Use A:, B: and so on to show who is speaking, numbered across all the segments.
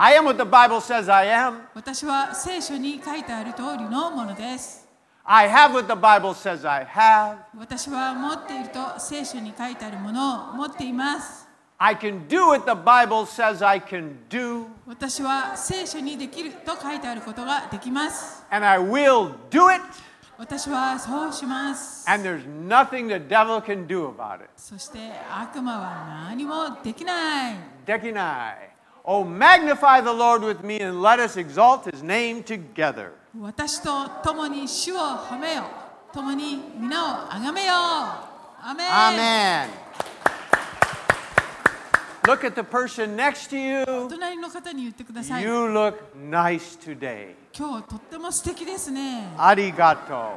A: I am what the Bible says I am.
B: 私は聖書に書いてある通りのものです。
A: I have what the Bible says I have.
B: 私は持っていると聖書に書いてあるものを持っています。
A: I can do what the Bible says I can do.
B: 私は聖書にできると書いてあることができます。
A: And I will do it.
B: 私はそうします。
A: And there's nothing the devil can do about it.
B: そして悪魔は何もできない。
A: Dekinai. Oh, magnify the Lord with me and let us exalt his name together.
B: 私と共に主を褒めよ。共に皆をあがめよう。アメン
A: Amen. Look at the person next to you.
B: 隣の方に言ってください。今
A: You look nice today.
B: 日とっても素敵ですね。
A: Arigato.
B: あ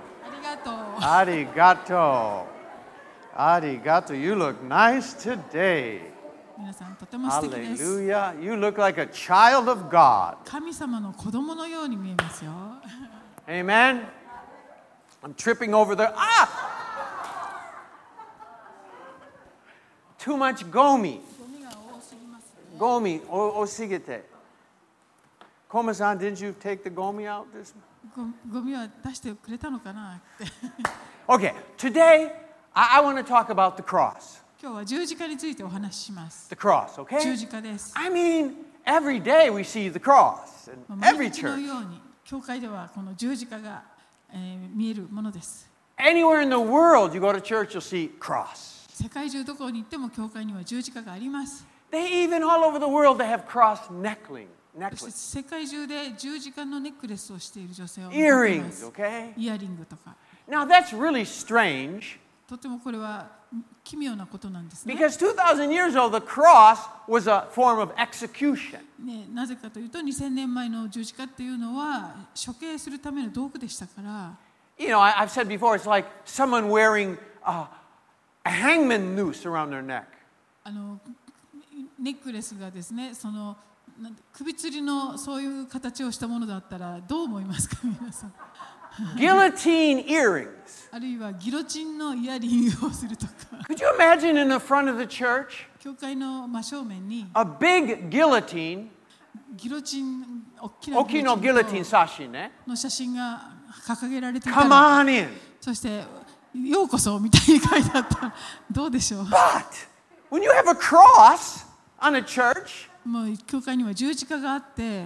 B: りがとう。
A: Arigato. Arigato. You look nice today.
B: 皆さんとても素敵です。
A: Hallelujah. You look like a child of God.
B: 神様の子供のように見えますよ。
A: Amen. I'm tripping over the. Ah! Too much gomi.
B: ゴミが多すぎますね。
A: Gomi. O- osigete. Komasan, didn't you take the gomi out this?
B: ゴゴミは出してくれたのかなって。
A: Okay. Today, I, I want to talk about the cross.
B: 今日は十字架についてお話しします。
A: The cross, okay?
B: 十字架です。
A: I mean, every day we see the cross
B: まあ
A: in
B: 毎
A: every
B: 日の
A: church.
B: ように、教会ではこの十字架が、えー見えるものです。
A: Anywhere in the world you go to church, you'll see cross.
B: 世界中どこに行っても教会には十字架があります。
A: They even all over the world they have cross neckling,
B: そし
A: necklace,
B: て世界中で十字架のネックレスをしている女性を見かけま
A: earrings.
B: す。
A: Okay.
B: イヤリングとか。
A: Now that's really strange
B: とてもこれは奇妙なことなんですね。
A: because 2,000 years ago the cross was a form of execution.
B: ね、なぜかというと2000年前の十字架っていうのは処刑するための道具でしたから
A: You know, I, I've said before, it's like someone wearing uh, a hangman noose around their neck.
B: あのネックレスがですねそのなんて首吊りのそういう形をしたものだったらどう思いますか皆さん
A: Guillotine earrings.
B: あるいはギロチンのイヤリングをするとか
A: Could you imagine in the front of the church
B: 教会の真正面に
A: a big guillotine?
B: ギロチン大きな
A: Okino
B: ギロチ
A: Mm-hmm. guillotine
B: ンと
A: sashin, eh?
B: の写真が掲げられていた
A: Come
B: ら
A: on in.
B: そして「ようこそ」みたいに書いてあったらどうでしょう
A: But when you have a cross on a church,
B: もう教会には十字架があって、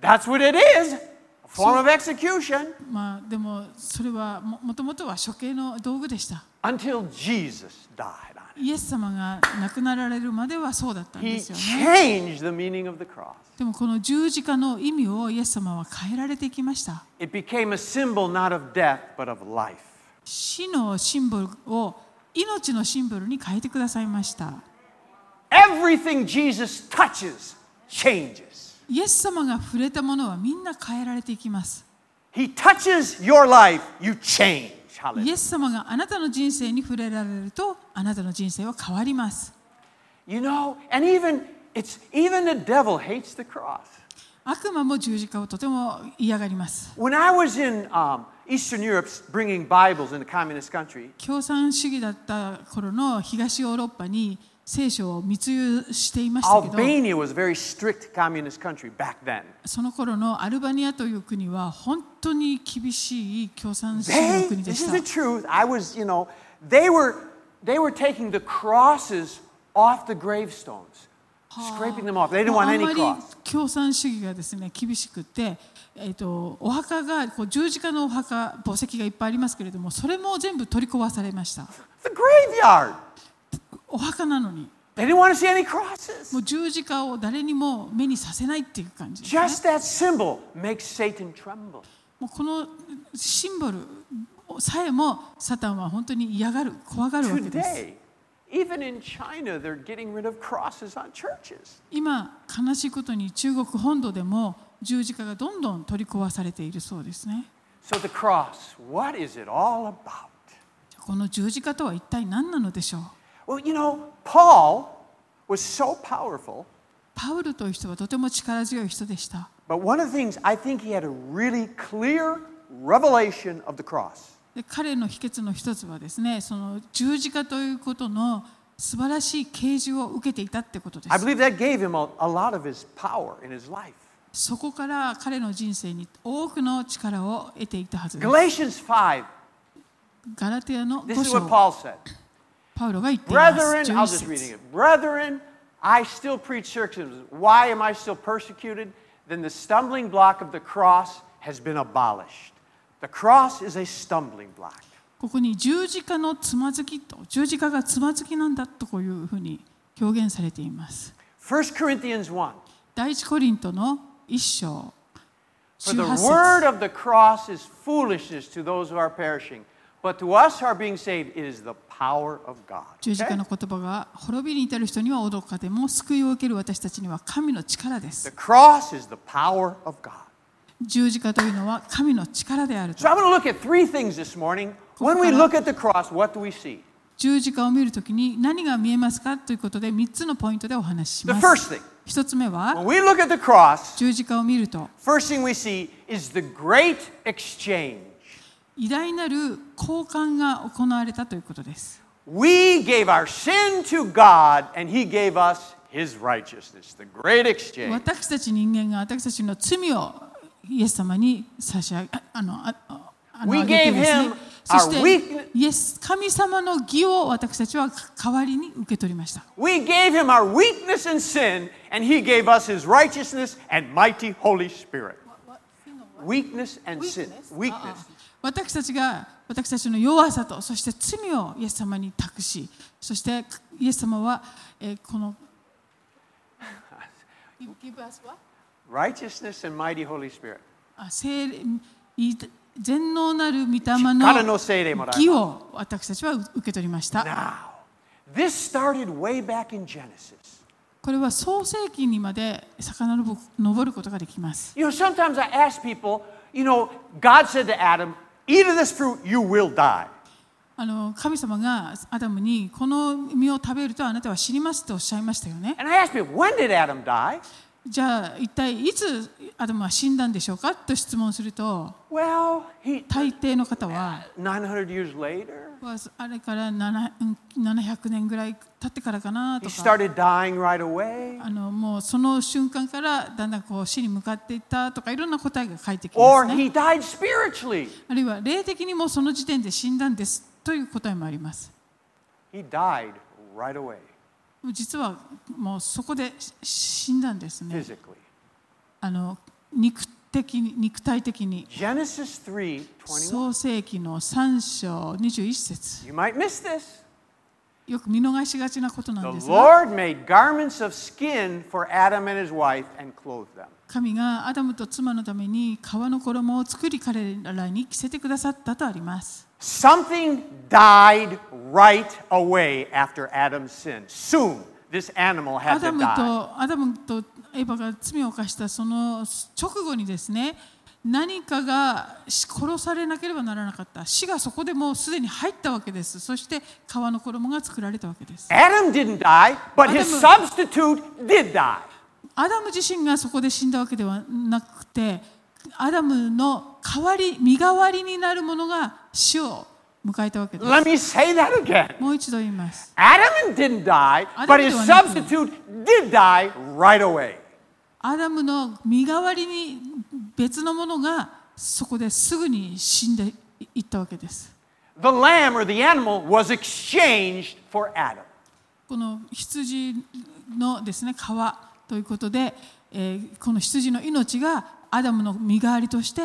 A: that's what it is a form of execution
B: まあ、でもそれはももともとは処刑の道具でした。
A: until Jesus died on
B: イエス様が亡くなられるまではそうだったん
A: it. He
B: ですよね。
A: changed the meaning of the cross.
B: でもこの十字架の意味をイエス様は変えられていきました。
A: It became a symbol not of death, but of life.
B: 死のシンボルを命のシンボルに変えてくださいました。
A: Everything Jesus touches changes.
B: イエス様が触れたものはみんな変えられていきます。
A: He touches your life, you change.
B: イ
A: Hallelujah.
B: エス様があなたの人生に触れられるとあなたの人生は変わります。
A: You know, and even it's even the devil hates the cross.
B: 悪魔も十字架をとても嫌がります。
A: When I was in um, Eastern Europe bringing Bibles in a communist country,
B: 共産主義だった頃の東ヨーロッパに聖書を密輸していましたけど
A: Albania was a very strict communist country back then.
B: その頃のアルバニアという国は本当に厳しい共産主義
A: They,
B: の国で
A: this
B: し
A: is
B: た
A: the truth. I was, you know, they were, they were taking the crosses off the gravestones, scraping them off. They didn't
B: も
A: want
B: うあん
A: any
B: まり
A: cross.
B: 共産主義がですね厳しくて、えー、とお墓がこう十字架のお墓墓石がいっぱいありますけれどもそれも全部取り壊されました
A: The graveyard.
B: お墓なのに
A: They didn't want to see any crosses.
B: もう十字架を誰にも目にさせないっていう感じですね
A: Just that symbol makes Satan tremble.
B: もうこのシンボルさえもサタンは本当に嫌がる怖がるわけです。
A: Today, even in China, they're getting rid of crosses on churches.
B: 今悲しいことに中国本土でも十字架がどんどん取り壊されているそうですね。
A: So the cross, what is it all about?
B: この十字架とは一体何なのでしょう
A: Well, you know, Paul was so powerful,
B: パウルという人はとても力強い人でした。
A: but one of the things I think he had a really clear revelation of the cross.
B: で彼の秘訣の一つはですねその十字架ということの素晴らしい啓示を受けていたってことで
A: I
B: す。
A: believe that gave him a, a lot of his power in his life.
B: そこから彼の人生に多くの力を得ていたはずです。
A: Galatians 5,
B: ガラテヤの
A: this
B: 5
A: is what
B: 章、
A: Paul said.
B: パウロが言っています。
A: Brethren, I
B: 11
A: was just reading
B: 節
A: it. Brethren, I still preach circumcision. Why am I still persecuted? Then the stumbling block of the cross has been abolished. The cross is a stumbling block.
B: ここに十字架のつまずきと、十字架がつまずきなんだとこういうふうに表現されています。
A: 1 Corinthians 1.
B: 第一コリントの一章、
A: For the
B: 18
A: word
B: 節
A: of the cross is foolishness to those who are perishing, but to us who are being saved, it is the power of God.
B: 十字
A: Okay?
B: 架の言葉が滅びに至る人には愚かでも救いを受ける私たちには神の力で
A: The
B: す。
A: cross is the power of God.
B: 十字架というのは神の力であると
A: So。I'm going to look at three things this morning. When we look at the cross, what do we see?
B: 十字架を見るときに何が見えますかということで3つのポイントでお話しし
A: The
B: ま
A: first
B: す。
A: thing,
B: 1つ目
A: when
B: は
A: we look at the cross,
B: 十字架を見ると
A: first thing we see is the great exchange.
B: 偉大なる交換が行われたということです。
A: We gave our sin to God, and He gave us His righteousness. The great exchange.
B: 私たち人間が私たちの罪をイエス様に差し上げああのあああの
A: We
B: あげてですね
A: gave him
B: そし
A: our
B: て
A: weakness-
B: イエス神様の義を私たちは代わりに受け取りました。
A: We gave him our weakness and sin, and he gave us his righteousness and mighty Holy Spirit. Weakness and sin.
B: Uh-uh.
A: Weakness.
B: 私たちが私たちの弱さとそして罪をイエス様に託しそしてイエス様は、えー この
A: Righteousness and mighty Holy Spirit.
B: あ聖霊い全能なる御霊
A: 力の聖霊も
B: の
A: らいます
B: 義を私たちは受け取りました
A: Now, this started way back in Genesis.
B: これは創世記にまで遡る登ることができます
A: You know, sometimes I ask people, you know, God said to Adam, eat of this fruit, you will die.
B: あの神様がアダムにこの実を食べるとあなたは死にますとおっしゃいましたよね
A: And I ask people, when did Adam die?
B: じゃあ一体いつアダムは死んだんでしょうかと質問すると
A: Well, he
B: 大抵の方は
A: 900 years later,
B: はあれから7うん700年ぐらい経ってからかな
A: he
B: とか
A: started dying right away.
B: あのもうその瞬間からだんだんこう死に向かっていったとかいろんな答えが返ってきま
A: Or
B: す
A: he
B: ね
A: died spiritually.
B: あるいは霊的にもうその時点で死んだんですという答えもあります
A: He died right away,
B: 実はもうそこでし死んだんですね
A: physically.
B: あの肉的に肉体的に
A: Genesis 3 21.
B: 創世紀の3章21節
A: You might miss this.
B: よく見逃しがちなことな
A: The
B: んですが
A: Lord made garments of skin for Adam and his wife and clothed them.
B: 神がアダムと妻のために革の衣を作り彼らに着せてくださったとあります。
A: Something died right away after Adam's sin. Soon, this animal
B: ア
A: had
B: ダ
A: to
B: ム
A: die.
B: とアダムとエヴァが罪を犯したその直後にですね何かが殺されなければならなかった死がそこでもうすでに入ったわけですそして革の衣が作られたわけです
A: Adam didn't die, but his
B: Adam-
A: substitute did die.
B: アダム自身がそこで死んだわけではなくてアダムの代わり身代わりになるものが死を迎えたわけです
A: Let me say that again.
B: もう一度言います
A: Adam didn't die,
B: Adam
A: but his
B: didn't die.
A: substitute did die right away.
B: アダムの身代わりに別のものがそこですぐに死んでいったわけです。
A: The lamb or the animal was exchanged for Adam.
B: この羊のですね皮ということで、えーこの羊の命がアダムの身代わりとして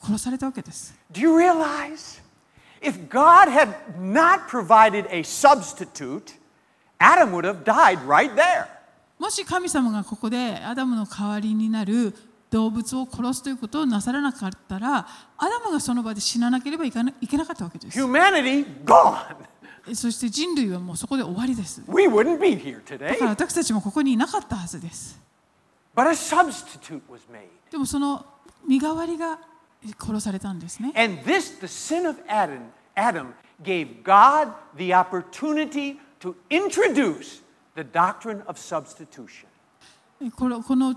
B: 殺されたわけです。
A: Do you realize? If God had not provided a substitute, Adam would have died right there.
B: もし神様がここでアダムの代わりになる動物を殺すということをなさらなかったらアダムがその場で死ななければいかないけなかったわけです。
A: Humanity gone.
B: そして人類はもうそこで終わりです。
A: We wouldn't be here
B: だ
A: today.
B: から私たちもここにいなかったはずです。
A: But a substitute was made.
B: でもその身代わりが殺されたんですね。
A: And this, the sin of Adam, Adam gave God the opportunity to introduce the doctrine of substitution.
B: このこの、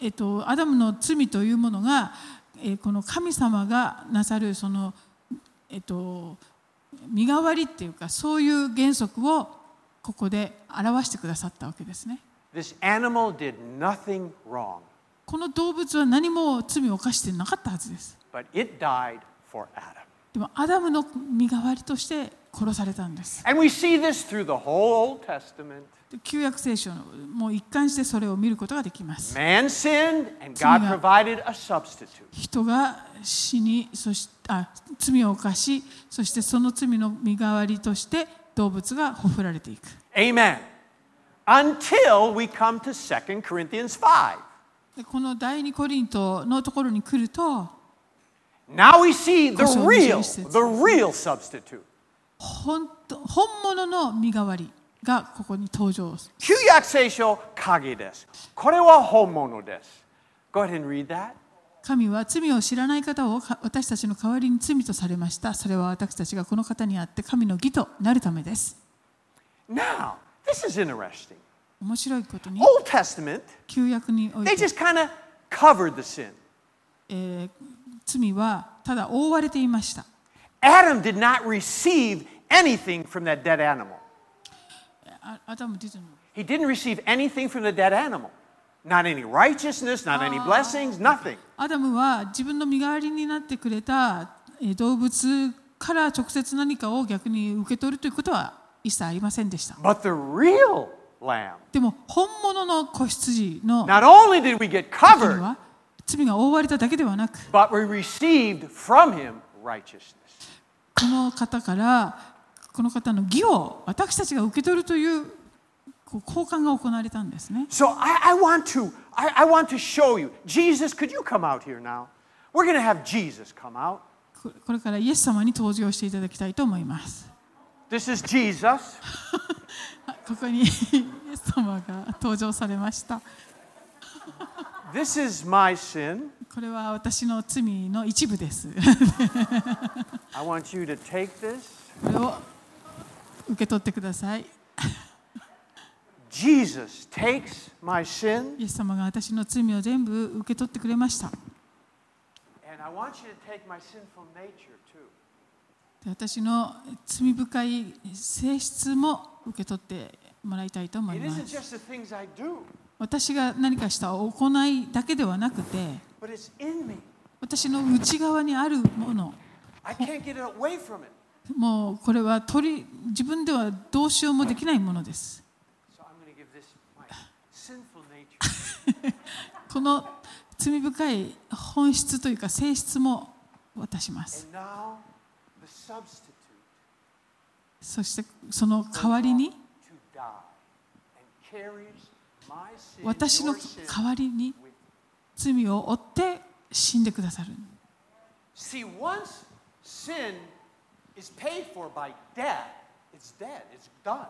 B: えっと、アダムの罪というものが、えーこの神様がなさるその、えっと、身代わりっていうかそういう原則をここで表してくださったわけですね。
A: This animal did nothing wrong,
B: この動物は何も罪を犯してなかったはずです。
A: but it died for Adam.
B: でもアダムの身代わりとして殺されたんです。
A: And we see this through the whole Old Testament.
B: 旧約聖書のもう一貫してそれを見ることができます。
A: Man sinned, and God
B: Yeah.
A: provided a substitute.
B: 人が死にそしあ罪を犯しそしてその罪の身代わりとして動物がほふられていく
A: Amen. Until we come to 2 Corinthians 5.
B: でこの第二コリントのところに来ると
A: Now we see the
B: Kosovo
A: real,
B: Jewish
A: the real substitute.
B: 本当本物の身代わりがここに登場する
A: 旧約聖書影です。これは本物です。Go ahead and read that.
B: 神は罪を知らない方をか私たちの代わりに罪とされましたそれは私たちがこの方にあって神の義となるためです
A: Now, this is interesting.
B: 面白いことに
A: Old Testament,
B: 旧約におい
A: they
B: て、
A: just kind of covered the sin.
B: えー罪はただ覆われていました
A: Adam did not receive anything from that dead animal.
B: あアダム・ディズム
A: He didn't receive anything from the dead animal. Not any righteousness, not any blessings, nothing.
B: アダムは自分の身代わりになってくれたえー動物から直接何かを逆に受け取るということは一切ありませんでした。
A: But the real lamb,
B: でも本物の子羊の
A: not only did we get
B: 時に
A: covered,
B: は罪が覆われただけではなく
A: but we received from him righteousness.
B: この方からこの方の義を私たちが受け取るというこう交換が行われたんですね。
A: So I, I want to, I, I want to show you. Jesus, could you come out here now? We're going to have Jesus come out.
B: ここれからイエス様に登場していただきたいと思います。
A: This is Jesus.
B: あここに イエス様が登場されました。
A: This is my sin.
B: これは私の罪の一部です。
A: I want you to take this.
B: これを受け取ってください。
A: Jesus takes my sin,
B: イエス様が私の罪を全部受け取ってくれました。で
A: and I want you to take my sinful nature too.
B: 私の罪深い性質も受け取ってもらいたいと思い
A: It
B: ま
A: isn't
B: す。
A: just the things I do,
B: 私が何かした行いだけではなくて、
A: but it's in me.
B: 私の内側にあるもの、
A: I can't get away from it.
B: もうこれは取り自分ではどうしようもできないものです。
A: So I'm going to give this my sinful nature.
B: この罪深い本質というか性質も渡します。
A: And now, the substitute
B: そしてその代わりに
A: to die and carries my sin,
B: 私の
A: your sin
B: 代わりに
A: with me.
B: 罪を負って死んでくださる
A: See, once sin is paid for by death, it's dead, it's done.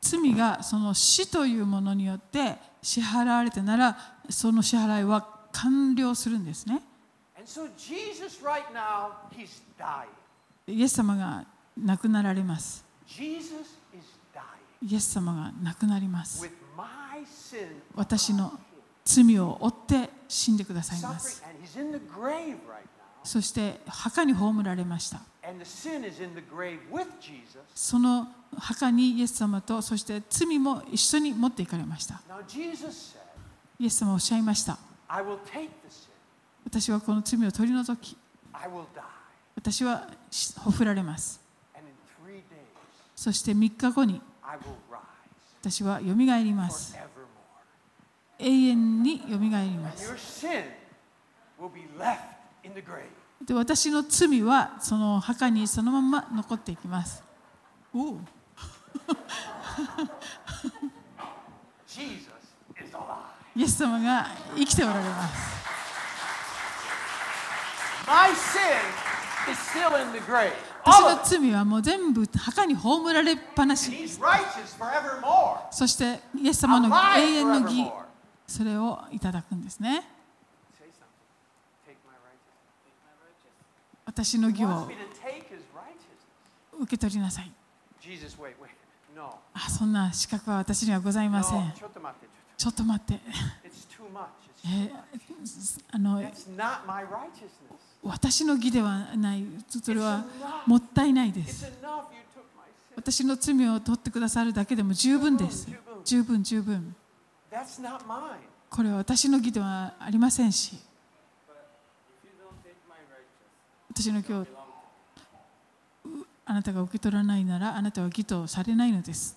B: 罪がその死というものによって支払われてならその支払いは完了するんですね
A: And so Jesus right now, he's dying.
B: イエス様が亡くなられます
A: Jesus is dying
B: イエス様が亡くなります
A: with my sin
B: 私の罪を負って死んでくださいま
A: suffering,
B: す
A: and he's in the grave right now.
B: そして墓に葬られました
A: And the sin is in the grave with Jesus.
B: その墓にイエス様とそして罪も一緒に持っていかれました
A: Now Jesus said,
B: イエス様はおっしゃいました
A: I will take the sin,
B: 私はこの罪を取り除き
A: I will die,
B: 私はしほふられます。
A: and in three days
B: そして3日後に
A: I will rise.
B: 私はよみがえります。
A: forevermore.
B: 永遠によみがえりま
A: And
B: す。
A: your sin will be left in the grave.
B: で私の罪はその墓にそのまま残っていきます。おう
A: Jesus is alive.
B: イエス様が生きておられます。
A: My sin is still in the grave.
B: 私
A: All of
B: の
A: it.
B: 罪はもう全部墓に葬られっぱな
A: And
B: し。
A: He's righteous forevermore.
B: そしてイエス様の永
A: alive
B: 遠の義
A: forevermore.、
B: それをいただくんですね。
A: Say something. Take my righteousness.
B: 私の義
A: He wants
B: を
A: me to take his righteousness.
B: 受け取りなさい。
A: Jesus, wait, wait. No.
B: あ、そんな資格は私にはございませ
A: No,
B: ん。
A: ちょっと待って。
B: ちょっと待って。
A: It's too much. It's
B: え
A: too much.
B: あの
A: That's not my righteousness.
B: 私の義ではない、それは
A: It's enough.
B: もったいないで
A: It's
B: す。
A: enough you took my sin.
B: 私の罪を取ってくださるだけでも十分です十分十分
A: That's not mine.
B: これは私の義ではありませんし私の今日あなたが受け取らないならあなたは義とされないのです。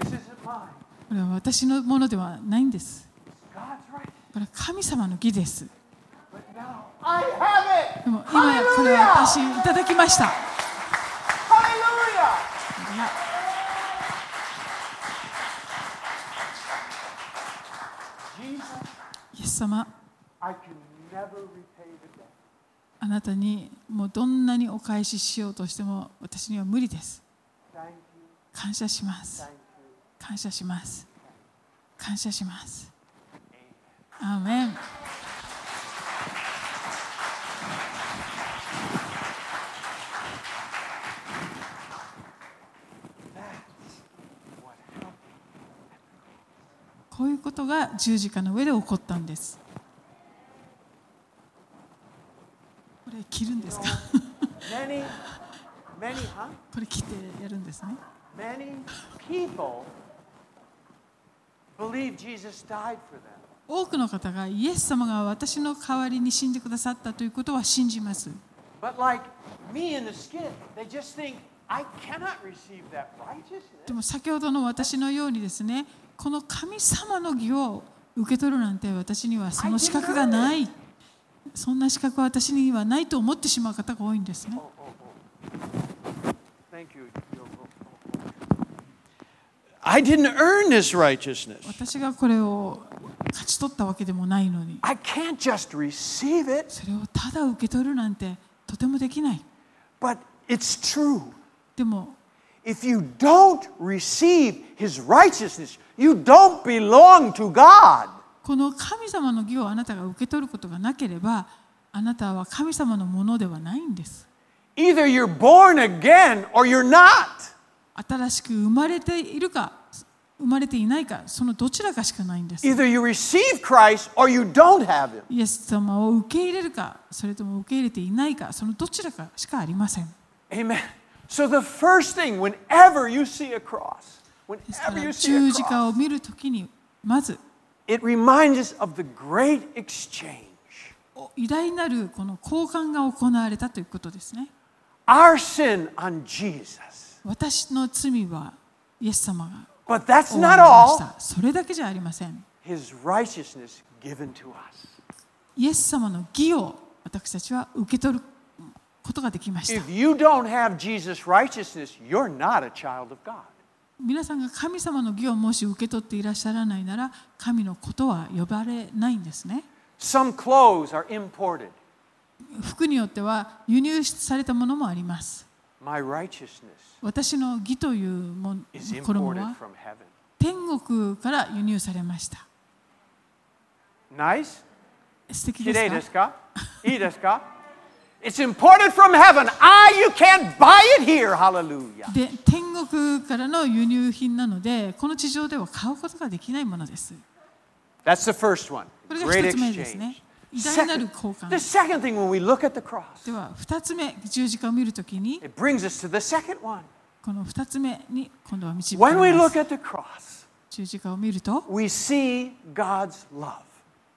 A: This isn't mine.
B: これは私のものではないんです。
A: God's right.
B: これは神様の義です。
A: But now I have it.
B: でも今やこれは私いただきました。
A: Hallelujah.
B: いや
A: Jesus,
B: イエス様、
A: I can never repay the debt.
B: あなたにもうどんなにお返ししようとしても私には無理です。
A: Thank you,
B: 感謝します。
A: thank you.
B: 感謝します。感謝します。アーメン。
A: That's what happened.
B: こういうことが十字架の上で起こったんです。これ切るんですか
A: Many, many, huh?
B: これ切ってやるんですね。
A: Many people believe Jesus died for them.
B: 多くの方がイエス様が私の代わりに死んでくださったということは信じます。
A: But like me in the skin, they just think, I cannot receive that
B: で
A: righteousness.
B: も先ほどの私のようにですね、この神様の義を受け取るなんて私にはその資格がない。そんな資格は私にはないと思ってしまう方が多いんですね
A: Oh,。oh, oh. Thank you. Yo- oh, oh. I didn't earn this righteousness.
B: 私がこれを勝ち取ったわけでもないのに。
A: I can't just receive it,
B: それをただ受け取るなんてとてもできない。
A: but it's true.
B: でも
A: If you don't receive his righteousness, you don't belong to God.
B: この神様の義をあなたが受け取ることがなければあなたは神様のものではないんです。
A: Either you're born again or you're not.
B: 新しく生まれているか生まれていないかそのどちらかしかないんです。
A: Either you receive Christ or you don't have him.
B: イエス様を受け入れるかそれとも受け入れていないかそのどちらかしかありません。
A: Amen. So the first thing, whenever you see a cross,
B: ですか
A: whenever
B: ら
A: you see
B: 十
A: a
B: 字架
A: cross,
B: を見るときにまず
A: it reminds us of the great exchange.
B: お偉大なるこの交換が行われたということですね。
A: Our sin on Jesus.
B: 私の罪はイエス様が
A: But Oh, that's
B: 終わ
A: not
B: りまし
A: all.
B: たそれだけじゃありません。
A: His righteousness given to us.
B: イエス様の義を私たちは受け取ることができました
A: If。you don't have Jesus' righteousness, you're not a child of God.
B: 皆さんが神様の義をもし受け取っていらっしゃらないなら、神のことは呼ばれないんですね。
A: Some clothes are imported.
B: 服によっては輸入されたものもあります。
A: My righteousness
B: 私の義というもん
A: is
B: 衣
A: imported
B: は
A: from heaven.
B: 天国から輸入されました。
A: Nice?
B: 素敵ですか
A: 綺麗ですかいいですか It's imported from heaven. Ah, you can't buy it here. Hallelujah.
B: で天国からの輸入品なので、この地上では買うことができないものです。
A: That's the first one.
B: これが
A: Great
B: 一つ目です
A: exchange.
B: ね。偉大なる
A: Second,
B: 交換
A: the。second thing, when we look at the cross,
B: では2つ目十字架を見るときに
A: it brings us to the second one.
B: この2つ目に今度は導か
A: When we
B: れま
A: look
B: す
A: at the cross,
B: 十字架を見ると
A: we see God's love.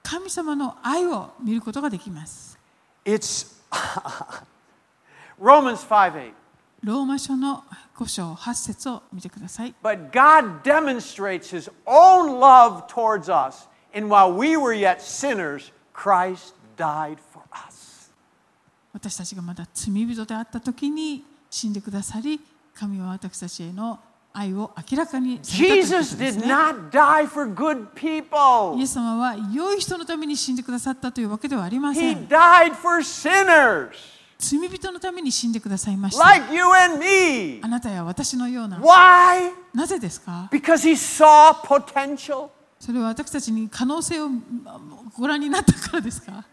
B: 神様の愛を見ることができます
A: It's Romans 5 8.
B: ローマ書の5章8節を見てください
A: But God demonstrates his own love towards us, and while we were yet sinners, Christ died for us.
B: 私たちがまだ罪人であったときに死んでくださり神は私たちへの愛を明らかにされたというこ
A: Jesus
B: とです
A: did
B: ね
A: not die for good
B: イ
A: people.
B: エス様は良い人のために死んでくださったというわけではありま
A: He
B: せん
A: died for sinners
B: 罪人のために死んでくださいました
A: like you and me.
B: あなたや私のような
A: Why?
B: なぜですか
A: Because he saw potential?
B: それは私たちに可能性をあご覧になったからですか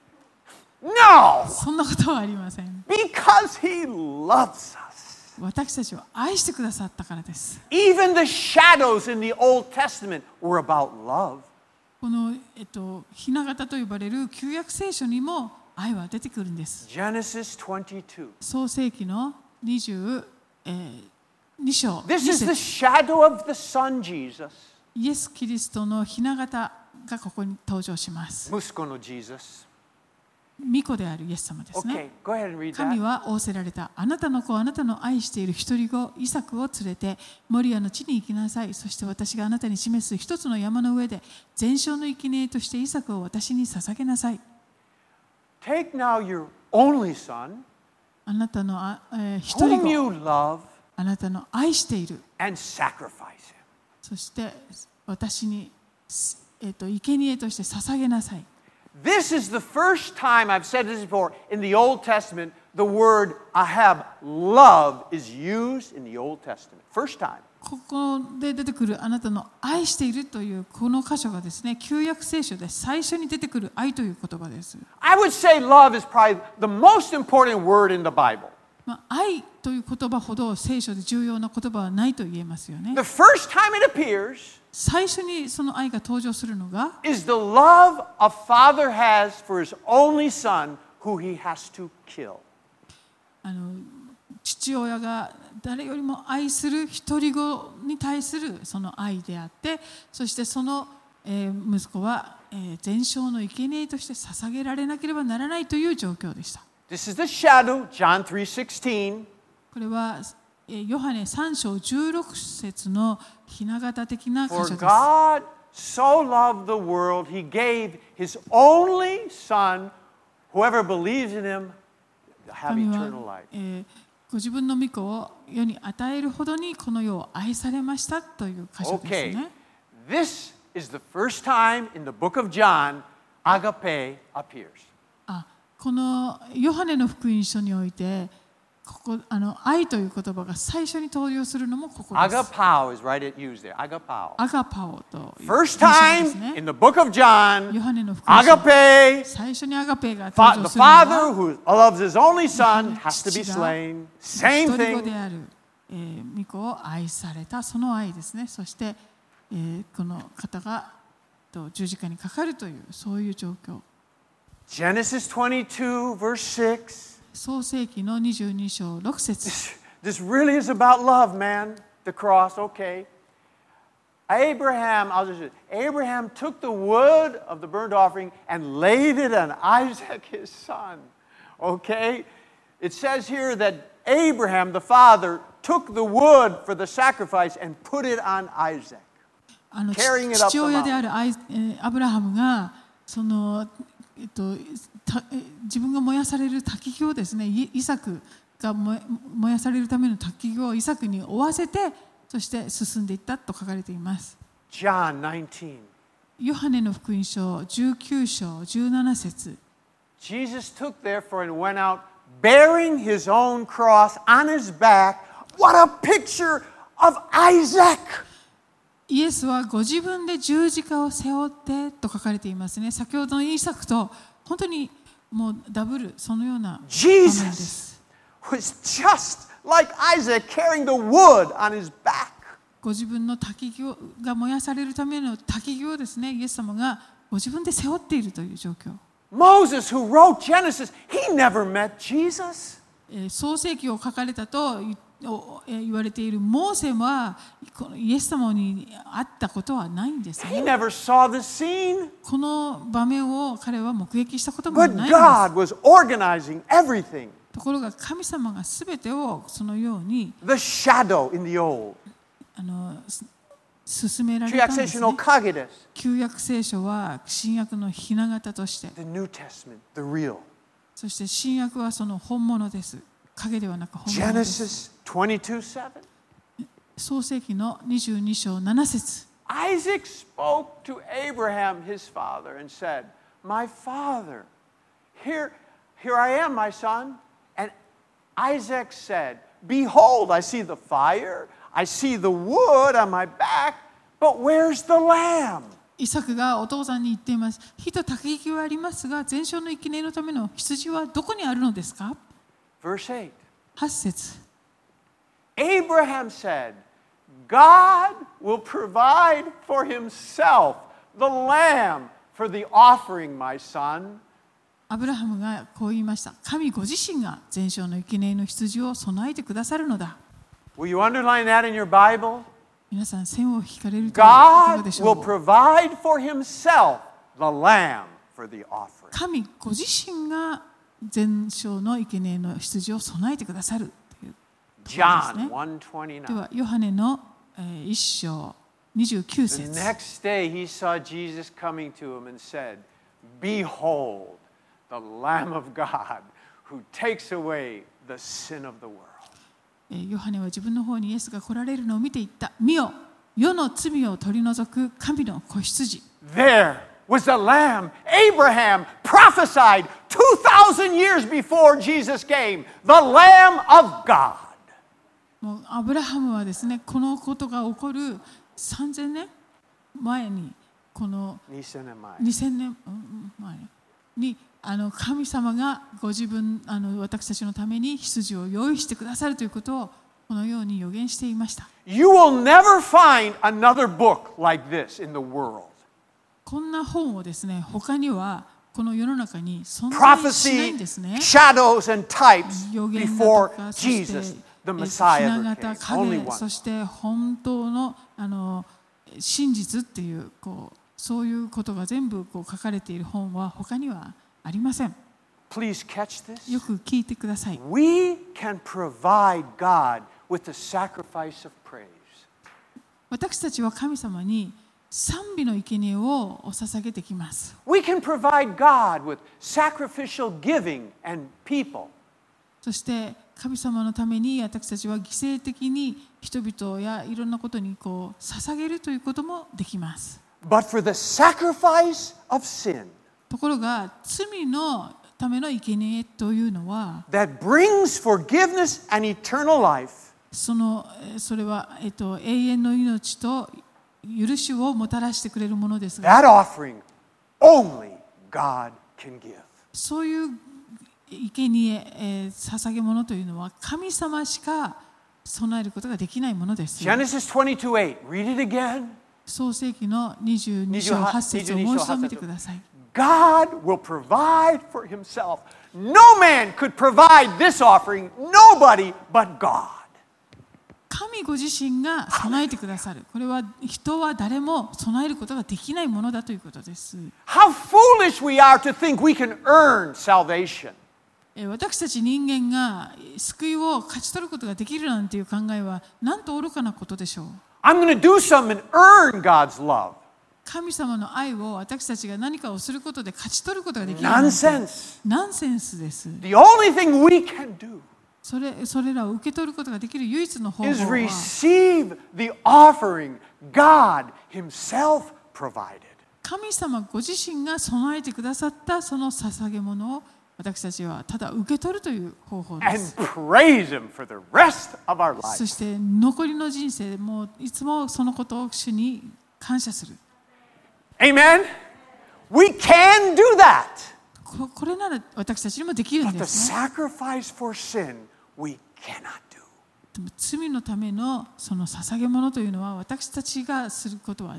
A: No!
B: そんなことはありません。
A: Because he loves us.
B: 私たちを愛してくださったからです。
A: Even the shadows in the Old Testament were about love.
B: この、えっと、雛形と呼ばれる旧約聖書にも愛は出てくるんです。
A: Genesis 22.
B: 創世紀の22、えー2章
A: This
B: 2
A: is
B: 節
A: the shadow of the Son Jesus,
B: イエス・キリストの雛形がここに登場します。
A: Musko no Jesus.
B: 巫女であるイエス様ですね。
A: Okay, go ahead and read
B: 神
A: that.
B: は仰せられた。あなたの子、あなたの愛している一人子、イサクを連れて、モリアの地に行きなさい。そして私があなたに示す一つの山の上で、全焼の生贄としてイサクを私に捧げなさい。
A: Take now your only son,
B: あなたのあ、えー一人
A: whom
B: 子、
A: you love,
B: あなたの愛している。
A: and sacrifice him.
B: そして私に、すえー、と生贄として捧げなさい。
A: This is the first time I've said this before in the Old Testament. The word ahab, love, is used in the Old Testament. First time.
B: ここで出てくるあなたの愛しているというこの箇所がですね、旧約聖書で最初に出てくる愛という言葉です。
A: I would say love is probably the most important word in the Bible.
B: まあ、愛という言葉ほど聖書で重要な言葉はないと言えますよね
A: The。first time it appears
B: 最初にその愛が登場するのが
A: is the love a father has for his only son who he has to kill.
B: あの父親が誰よりも愛する独り子に対するその愛であってそしてその、えー息子は、えー全焼の生贄として捧げられなければならないという状況でした。
A: This is the shadow, John 3:16.
B: これはえーヨハネ3章16節の雛形的な箇
A: For
B: 所です。
A: God so loved the world, he gave his only son. Whoever believes in him have
B: 神
A: eternal
B: は
A: life.、
B: えーご自分の御子を世に与えるほどにこの世を愛されましたという箇所です
A: Okay.
B: ね。
A: This is the first time in the book of John agape appears.
B: あこのヨハネの福音書においてここあの愛という言葉が最初に登場するのもここです。
A: Agapao is right at used there. Agapao.
B: アガパオという
A: First
B: 聖書です
A: time
B: ね
A: in the book of John,
B: ヨハネの福音書
A: agape,
B: 最初にアガペが
A: fa-
B: 登場
A: the
B: するのは
A: father who loves his only son has to be
B: 父が
A: slain.
B: 一
A: Same
B: 人子で
A: thing.
B: ある、えー、巫女を愛されたその愛ですねそして、えーこの方がと十字架にかかるというそういう状況
A: Genesis 22, verse 6.
B: 創世紀の22章6節
A: This really is about love, man. The cross, okay. Abraham, I'll just Abraham took the wood of the burnt offering and laid it on Isaac, his son. Okay? It says here that Abraham, the father, took the wood for the sacrifice and put it on Isaac.
B: あの
A: Carrying it up the
B: 父親であるアイえーアブラハムがその、えっと、たえー自分が燃やされる焚き火をですねイイサクが燃え燃やされるための焚き火をイサクに負わせてそして進んでいったと書かれています。
A: John 19.
B: ヨハネの福音書19章17節
A: Jesus took therefore and went out bearing his own cross on his back. What a picture of Isaac!
B: イエスはご自分で十字架を背負ってと書かれていますね先ほどのイーサクと本当にもうダブルそのような場面で
A: Jesus
B: す
A: was just like Isaac carrying the wood on his back.
B: ご自分の焚き木をが燃やされるための焚き木をですねイエス様がご自分で背負っているという状況
A: Moses, who wrote Genesis, he never met Jesus.
B: えー創世記を書かれたといおえー言われているモーセはこのイエス様に会ったことはないんですね
A: He never saw the scene.
B: この場面を彼は目撃したこともない
A: But
B: んです
A: God was organizing everything.
B: ところが神様が全てをそのように
A: The shadow in the old.
B: あのす進められたんです、ね
A: Triaxational、kage desu.
B: 旧約聖書は新約の雛形として
A: The New Testament, the real.
B: そして新約はその本物です影ではなく本物です
A: Genesis 22 7.
B: 創世記の22章7節
A: Isaac spoke to Abraham, his father, and said, My father, here, here I am, my son. And Isaac said, Behold, I see the fire, I see the wood on my back, but where's the lamb?
B: イサクがお父さんに言っています火と焚き木はありますが全焼の生贄のための羊はどこにあるのですか
A: Verse 8.
B: 8節
A: Abraham said, God will provide for himself the lamb for the offering, my son.
B: アブラハムがこう言いました神ご自身が全焼の生贄の羊を備えてくださるのだ
A: Will you underline that in your Bible?
B: 皆さん線を引かれるといかが
A: God
B: でしょ
A: will
B: う
A: provide for himself the lamb for the offering.
B: 神ご自身が全焼の生贄の羊を備えてくださるというね。
A: John
B: で
A: 129.
B: はヨハネのえー一章29
A: The
B: 節
A: next day he saw Jesus coming to him and said, Behold, the Lamb of God who takes away the sin of the world.
B: えーヨハネは自分の方にイエスが来られるのを見ていった見よ世の罪を取り除く神の子羊
A: There was the Lamb Abraham prophesied 2,000 years before Jesus came, the Lamb of God.
B: もうアブラハムはですねこのことが起こる3000年前にこの
A: Nisan and Maya.
B: 2000年うんうん前にあの神様がご自分あの私たちのために羊を用意してくださるということをこのように予言していました
A: You will never find another book like this in the world.
B: こんな本をですね他にはこの世の中に存在しない
A: Prophecy,
B: んですね
A: shadows, and types
B: 予言だと
A: before
B: か、そして
A: Jesus, the
B: え
A: Messiah,
B: ー雛
A: ever
B: 形
A: came. Only
B: 影、そ
A: one.
B: して本当のあの真実っていうこうそういうことが全部こう書かれている本は他にはありません。
A: Please catch this.
B: よく聞いてください。
A: We can provide God with the sacrifice of praise.
B: 私たちは神様に賛美の生贄をお捧げてきます。
A: We can provide God with sacrificial giving and people.
B: そして神様のために私たちは犠牲的に人々やいろんなことにこう捧げるということもできます。
A: But for the sacrifice of sin
B: ところが罪のための生贄というのは
A: that brings forgiveness and eternal life,
B: そのえーそれは、えっと、永遠の命と許しをもたらしてくれるものですが
A: that offering only God can give.
B: そういう生贄えー捧げ物というのは神様しか備えることができないものです。
A: Genesis 22 8, read it again.
B: 創世紀の22章8節をもう一度見てください。
A: God will provide for himself. No man could provide this offering, nobody but God.
B: 神ご自身が備えてくださる。これは人は誰も備えることができないものだということです。
A: How foolish we are to think we can earn salvation.
B: えー私たち人間がえー救いを勝ち取ることができるなんていう考えはなんと愚かなことでしょう。
A: I'm going to do something and earn God's love.
B: 神様の愛を私たちが何かをすることで勝ち取ることができるなんて。
A: Nonsense.
B: ナンセンスです。
A: The only thing we can do
B: それそれらを受け取ることができる唯一の方法
A: is
B: は
A: receive the offering God Himself provided.
B: 神様ご自身が備えてくださったその捧げ物を私たちはただ受け取るという方法で
A: and
B: す。
A: praise Him for the rest of our
B: そ
A: lives.
B: して残りの人生もいつもそのことを主に感謝する。
A: Amen? We can do that.
B: ここれなら私たちにもできるん
A: But
B: で
A: the
B: すね。
A: sacrifice for sin, we cannot do.
B: でも罪のためのその捧げ物というのは私たちがすることは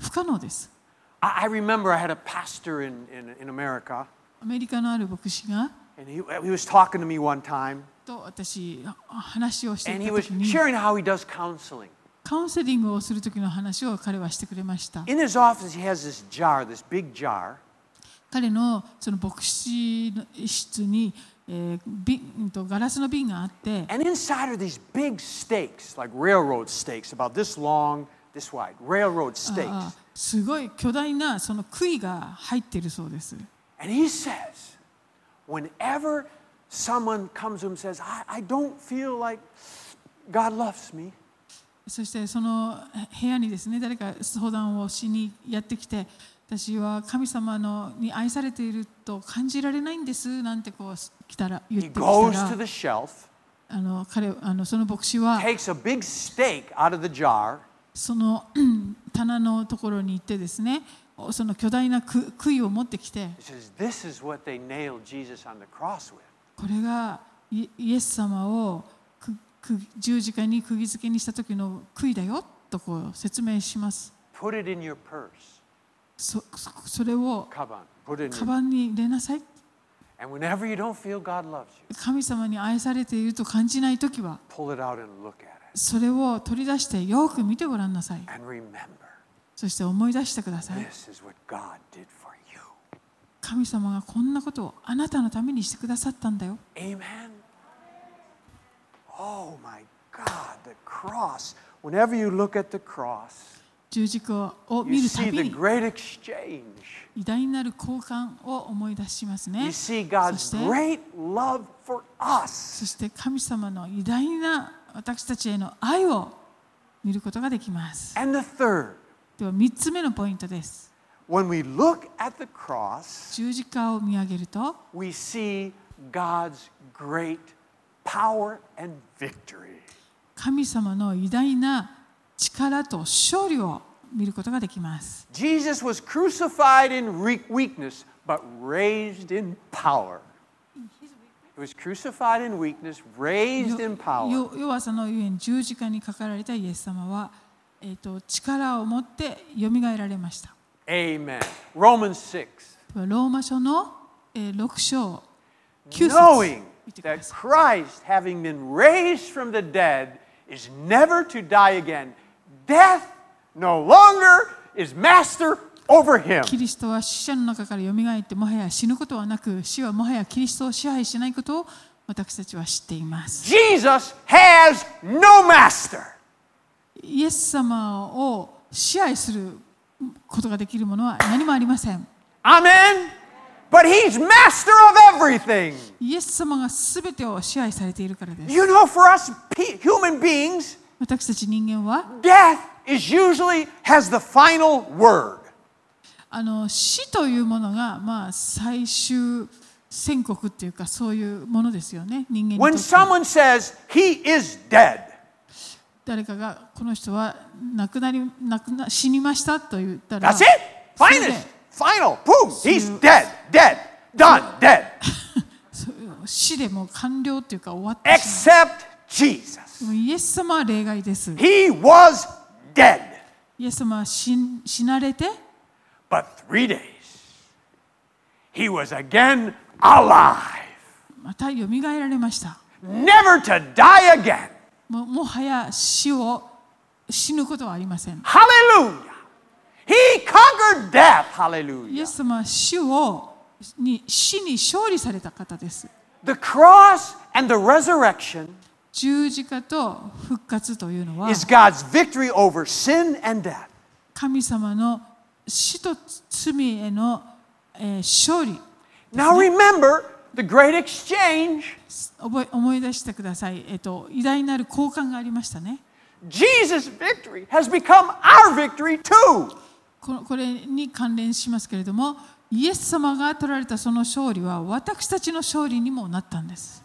B: 不可能です。
A: I, I remember I had a pastor in, in, in America,
B: アメリカのある牧師が
A: and he, he was talking to me one time,
B: と私あ話をしてい
A: and
B: た
A: he
B: と
A: was
B: きに
A: sharing how he does counseling.
B: カウンセリングをする時の話を彼はしてくれました。
A: In his office, he has this jar, this big jar.
B: 彼のその牧師室に、えー瓶うんとガラスの瓶があって、
A: And inside are these big stakes, like railroad stakes, about this long, this wide, railroad stakes.
B: あすごい巨大なその杭が入っているそうです。
A: And he says, whenever someone comes to him and says, I, I don't feel like God loves me,
B: そしてその部屋にですね誰か相談をしにやってきて私は神様のに愛されていると感じられないんですなんてこう来たら言っ
A: he
B: てきたら
A: goes to the shelf,
B: あの彼あのその牧師は
A: takes a big stake out of the jar,
B: その うん棚のところに行ってですねおその巨大なく杭を持ってきて
A: he says, This is what they nailed Jesus on the cross with.
B: これがイイエス様をくく十字架に釘付けにした時の杭だよとこう説明します。
A: Put it in your purse.
B: そそれを
A: Kaban. Put it in
B: カ
A: your
B: バンに入れなさい
A: And whenever you don't feel God loves you,
B: 神様に愛されていると感じない時は
A: pull it out and look at it.
B: それを取り出してよく見てごらんなさい
A: And remember,
B: そして思い出してください
A: this is what God did for you.
B: 神様がこんなことをあなたのためにしてくださったんだよ
A: Amen. Oh my God, the cross. Whenever you look at the cross,
B: 十字架を
A: you
B: 見るた
A: see
B: び
A: the
B: に
A: great exchange.
B: 偉大なる交換を思い出しますね
A: You see
B: そ
A: God's
B: して
A: great love for us.
B: そして神様の偉大な私たちへの愛を見ることができます。
A: And the third,
B: では3つ目のポイントです。
A: when we look at the cross,
B: 十字架を見上げると
A: we see God's great power and victory.
B: 神様の偉大な力と勝利を見ることができます。
A: Jesus was crucified in re- weakness, but raised in power. He was crucified in weakness, raised in
B: よ
A: power.
B: よ弱さのゆえに十字架にかかられたイエス様は、えー、と力を持ってよみがえられました。
A: Amen. Romans 6.
B: ではローマ書の、え6章9節
A: Knowing
B: 見てくだ
A: that
B: さい。
A: Christ, having been raised from the dead, is never to die again. Death no longer is master over him.
B: キリストは死者の中からよみがえってもはや死ぬことはなく死はもはやキリストを支配しないことを私たちは知っています
A: Jesus has no master.
B: イエス様を支配することができるものは何もありません
A: Amen. But he's master of everything.
B: イエス様が全てを支配されているからです
A: You know, for us pe- human beings,
B: 私たち人間は
A: death is usually has the final word.
B: あの死というものが、まあ、最終宣告っていうかそういうものですよね人間にとっ
A: When
B: て
A: someone says he is dead,
B: 誰かがこの人は亡くなり亡くな死にましたと言ったら
A: that's it.
B: それで
A: Finest. Final. Boom. He's
B: Ah. So-
A: dead. Dead. Done. Dead.
B: 死でもう完了というか終わってしまう
A: Except Jesus.
B: もうイエス様は例外です。
A: He was dead,
B: イエス様は死ん死なれて
A: but three days he was again alive,
B: またよみがえられました。
A: never to die again.
B: ももはや死を死ぬことはありません。
A: Hallelujah. He conquered death.
B: イ
A: Hallelujah.
B: エス様は死をに死に勝利された方です。
A: The cross and the resurrection
B: 十字架と復活というのは
A: is God's victory over sin and death.
B: 神様の死と罪への、えー勝利
A: Now remember the great exchange.
B: 覚え思い出してください、えっと偉大なる交換がありましたね。
A: Jesus' victory has become our victory too.
B: このこれに関連しますけれども、イエス様が取られたその勝利は私たちの勝利にもなったんです。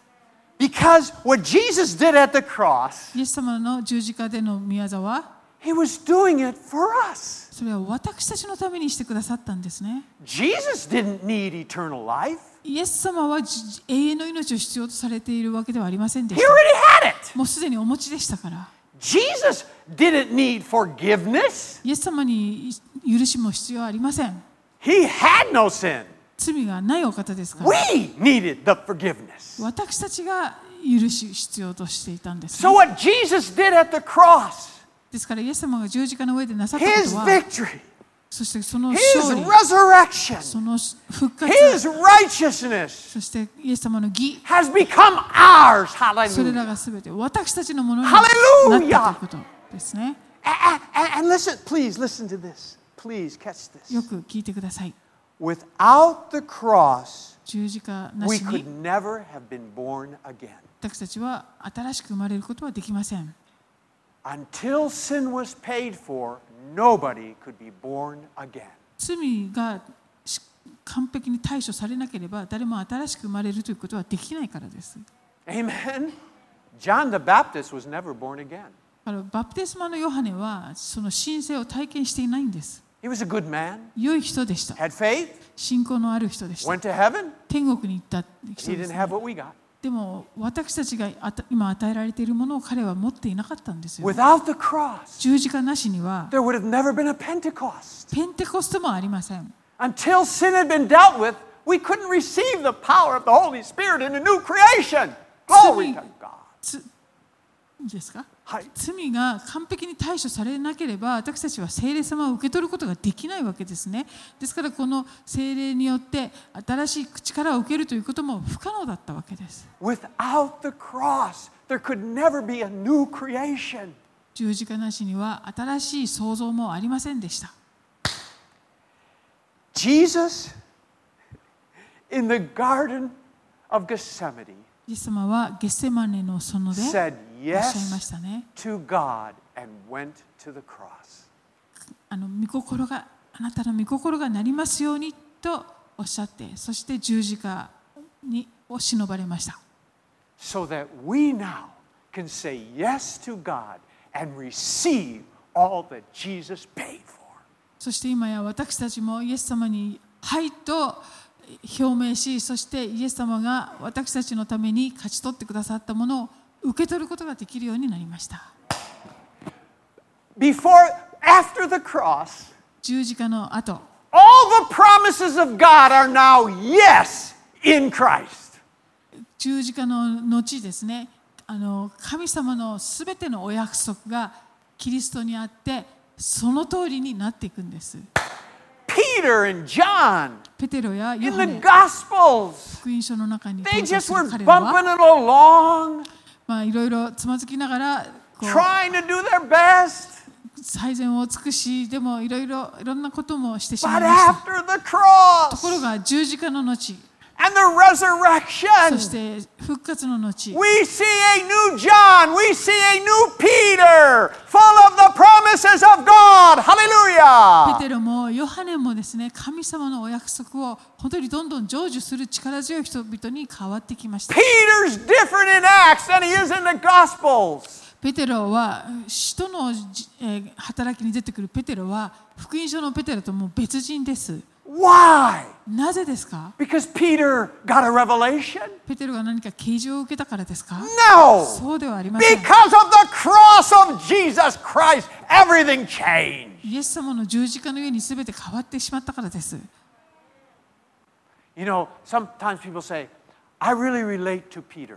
A: Because what Jesus did at the cross,
B: イエス様の十字架での宮座は、
A: he was doing it for us.
B: それは私たちのためにしてくださったんですね。
A: Jesus didn't need eternal life,
B: イエス様はじ永遠の命を必要とされているわけではありませんで
A: he
B: した。
A: already had it.
B: もうすでにお持ちでしたから、
A: Jesus didn't need forgiveness,
B: イエス様にい許しも必要ありません。
A: he had no sin.
B: 罪がないお方ですから、
A: We needed the forgiveness.
B: 私たちが許し必要としていたんです、
A: So,
B: ね。
A: what Jesus did at the cross,
B: ですから、イエス様が十字架の上でなさったこ
A: his
B: とは、
A: victory,
B: そしてその
A: his
B: 勝利。
A: resurrection,
B: その復活、
A: his righteousness
B: そしてイエス様の義、
A: has become ours.
B: それ
A: Hallelujah.
B: らがすべて私たちのものになったと
A: Hallelujah
B: いうことですね。
A: And, and listen, please listen to this. Please catch
B: よ
A: this.
B: く聞いてください。
A: Without the cross,
B: 十字架な
A: we
B: し
A: could
B: に
A: never have been born again.
B: 私たちは新しく生まれることはできません。
A: Until sin was paid for, nobody could be born again.
B: 罪がし完璧に対処されなければ誰も新しく生まれるということはできないからです。
A: Amen. John the Baptist was never born again.
B: だからバプテスマのヨハネはその神聖を体験していないんです。
A: He was a good man,
B: 良い人でした。
A: had faith,
B: 信仰のある人でした。
A: went to heaven.
B: 天国に行った人
A: He
B: です
A: didn't have what we got.
B: でも私たちがあた今与えられているものを彼は持っていなかったんですよ。
A: Without the cross,
B: 十字架なしには
A: there would have never been a Pentecost.
B: ペンテコステもありません。
A: Until sin had been dealt with, we couldn't receive the power of the Holy Spirit in a new creation. Glory to God.
B: ついいですか、
A: はい
B: 罪が完璧に対処されなければ私たちは聖霊様を受け取ることができないわけですねですからこの聖霊によって新しい力を受けるということも不可能だったわけです
A: Without the cross, there could never be a new creation.
B: 十字架なしには新しい創造もありませんでした
A: Jesus in the Garden of Gethsemane
B: イエス様はゲッセマネの園で
A: said
B: おっしゃいま
A: yes
B: したね
A: to God and went to the cross.
B: あの御心があなたの御心がなりますようにとおっしゃってそして十字架にを忍ばれました
A: so that we now can say yes to God and receive all that Jesus paid for.
B: そして今や私たちもイエス様に「はい」と表明しそしてイエス様が私たちのために勝ち取ってくださったものを受け取ることができるようになりました
A: Before, after the cross,
B: 十字架の後
A: all the promises of God are now yes in Christ.
B: 十字架の後ですねあの神様のすべてのお約束がキリストにあってその通りになっていくんです
A: Peter and John
B: ペテロやヨ
A: in
B: ハ
A: the
B: ネ
A: Gospels,
B: 福音書の中に
A: they
B: 登場
A: just
B: す
A: were
B: る彼らは
A: bumping it along,
B: まあいろいろつまずきながらこう
A: trying to do their best.
B: 最善を尽くしでもいろいろいろんなこともしてしま
A: But
B: いましたと
A: after the
B: ころ
A: cross
B: が十字架の後
A: and the
B: そ
A: resurrection,
B: して復活の後
A: We see a new John. We see a new Peter, full of the promises of God.
B: ペ
A: Hallelujah.
B: テロもヨハネもですね神様のお約束を本当にどんどん成就する力強い人々に変わってきました
A: Peter's different in Acts than he is in the Gospels.
B: ペテロは使徒のじ、えー働きに出てくるペテロは福音書のペテロともう別人です
A: Why?
B: なぜですか
A: Because Peter got a revelation?
B: ペテロが何か啓示を受けたからですか
A: No.
B: そうではありません
A: Because of the cross of Jesus Christ, everything changed.
B: イエス様の十字架の上に全て変わってしまったからです
A: You know, sometimes people say, I really relate to Peter.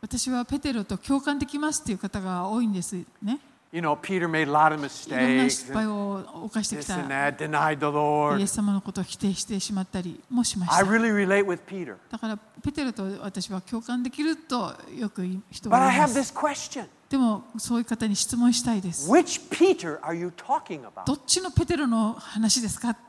B: 私はペテロと共感できますっていう方が多いんですね。
A: You know, Peter made a lot of
B: いろんな
A: mistakes.
B: 失敗
A: And
B: を犯してき
A: this
B: た
A: and that, denied the Lord.
B: イエス様のことを否定してしまったりもしまし
A: I
B: た。
A: really relate with Peter.
B: だからペテロと私は共感できるとよく人
A: But
B: は
A: I
B: 言いま
A: have
B: す。
A: this question
B: でもそういう方に質問したいです。
A: Which Peter are you talking
B: ど
A: about?
B: っちのペテロの話ですか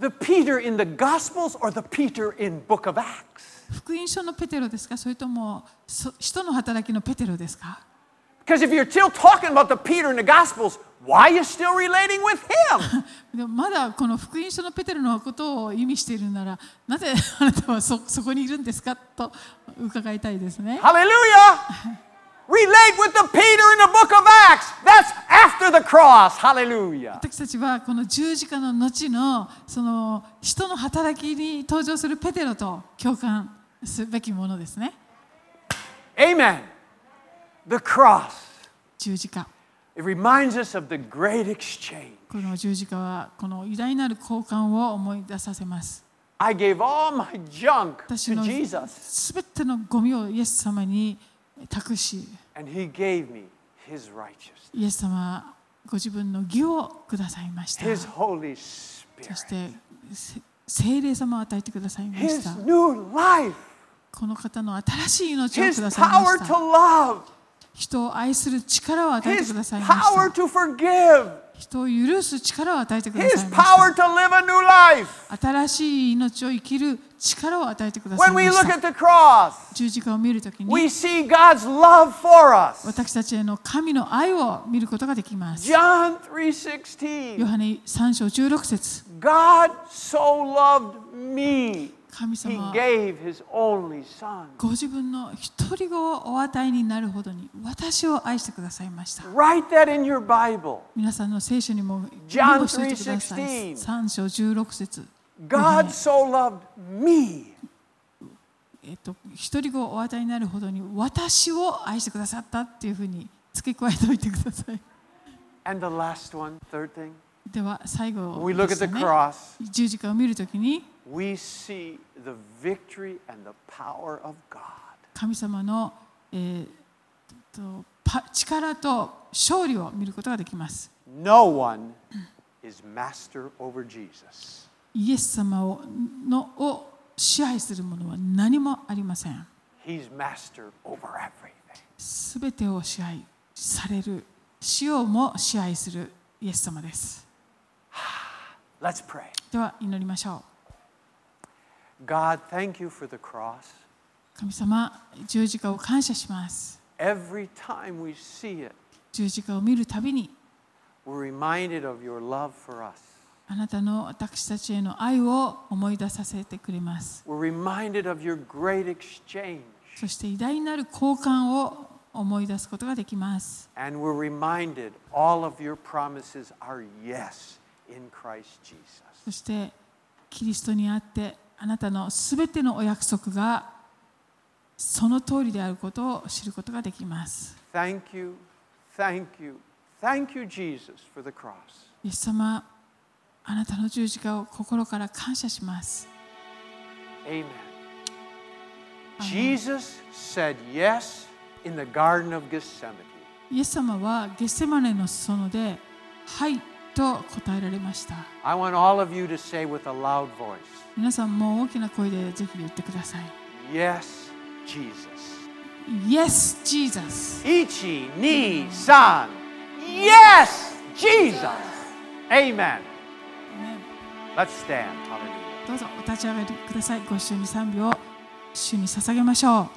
A: The Peter in the Gospels or the Peter in Book of Acts?
B: 福音書のペテロですかそれともそ人の働きのペテロですか
A: Because if you're still talking about the Peter in the Gospels, why are you still relating with him?
B: でもまだこの福音書のペテロのことを意味しているならなぜ あなたはそそこにいるんですかと伺いたいですね。
A: Hallelujah! Relate with the Peter in the Book of Acts. That's after the cross. Hallelujah.
B: 私たちはこの十字架の後のその人の働きに登場するペテロと共感すべきものですね
A: Amen. The cross.
B: 十字架
A: It reminds us of the great exchange.
B: この十字架はこの偉大なる交換を思い出させます
A: I gave all my junk
B: 私
A: to
B: の
A: Jesus.
B: すべてのゴミをイエス様に託し
A: and he gave me his righteousness,
B: イエス様ご自分の義をくださいました
A: his Holy
B: そ
A: Spirit,
B: してせ聖霊様を与えてくださいまし
A: his
B: た
A: new life,
B: この方の新しい命を
A: his
B: くださいま
A: power
B: し
A: to
B: た
A: love,
B: 人を愛する力を与えて
A: his
B: くださいました
A: power to forgive,
B: 人を許す力を与えてくだ
A: his
B: さいまし
A: power to live a new life.
B: た新しい命を生きる力を与えてください
A: When
B: ま
A: we
B: し
A: look
B: た
A: at the cross,
B: 十字架を見るとき
A: we
B: に
A: see God's love for us.
B: 私たちへの神の愛を見ることができます。
A: John
B: ヨ
A: 3:16
B: ハネ3章16節
A: God so loved me he
B: 神様は
A: gave his only son
B: ご自分の一人子をお与えになるほどに私を愛してくださいました。
A: write that in your bible
B: 皆さんの聖書にも
A: John
B: メモしておいてください。
A: 3:16
B: 3章16節
A: God so loved me
B: えっと、一人子をお与えになるほどに私を愛してくださったっていうふうに付け加えておいてください。
A: And the last one, third thing,
B: では最後
A: when we look at
B: でし
A: the
B: たね
A: cross,
B: 十字架を見るときに
A: we see the victory and the power of God.
B: 神様の、えーとパ力と勝利を見ることができます
A: No one is master over Jesus.
B: イエス様をのを支配するものは何もありません
A: He's master over everything.
B: すべてを支配される塩も支配するイエス様です
A: Let's pray.
B: では祈りましょ
A: God, thank you for the cross.
B: う神様十字架を感謝します
A: Every time we see it,
B: 十字架を見るたびに
A: we're reminded of your love for us.
B: あなたの私たちへの愛を思い出させてくれます
A: We're reminded of your great exchange.
B: そして偉大なる交換を思い出すことができます。
A: And we're reminded all of your promises are yes in Christ Jesus.
B: そしてキリストにあってあなたのすべてのお約束がその通りであることを知ることができます。
A: Thank you, thank you, thank you, Jesus, for the cross.
B: イエス様、あなたの十字架を心から感謝します。
A: Amen. Jesus said yes in the Garden of Gethsemane.
B: イエス様はゲッセマネの園で「はい」と答えられました。
A: I want all of you to say with a loud voice,
B: 皆さんも大きな声でぜひ言ってください。
A: Yes, Jesus.
B: Yes, Jesus!
A: Ichi ni san. Yes, Jesus. Amen.
B: ね
A: Let's stand. Hallelujah.
B: どうぞお立ち上がりください。ご一緒に賛美を主に捧げましょう。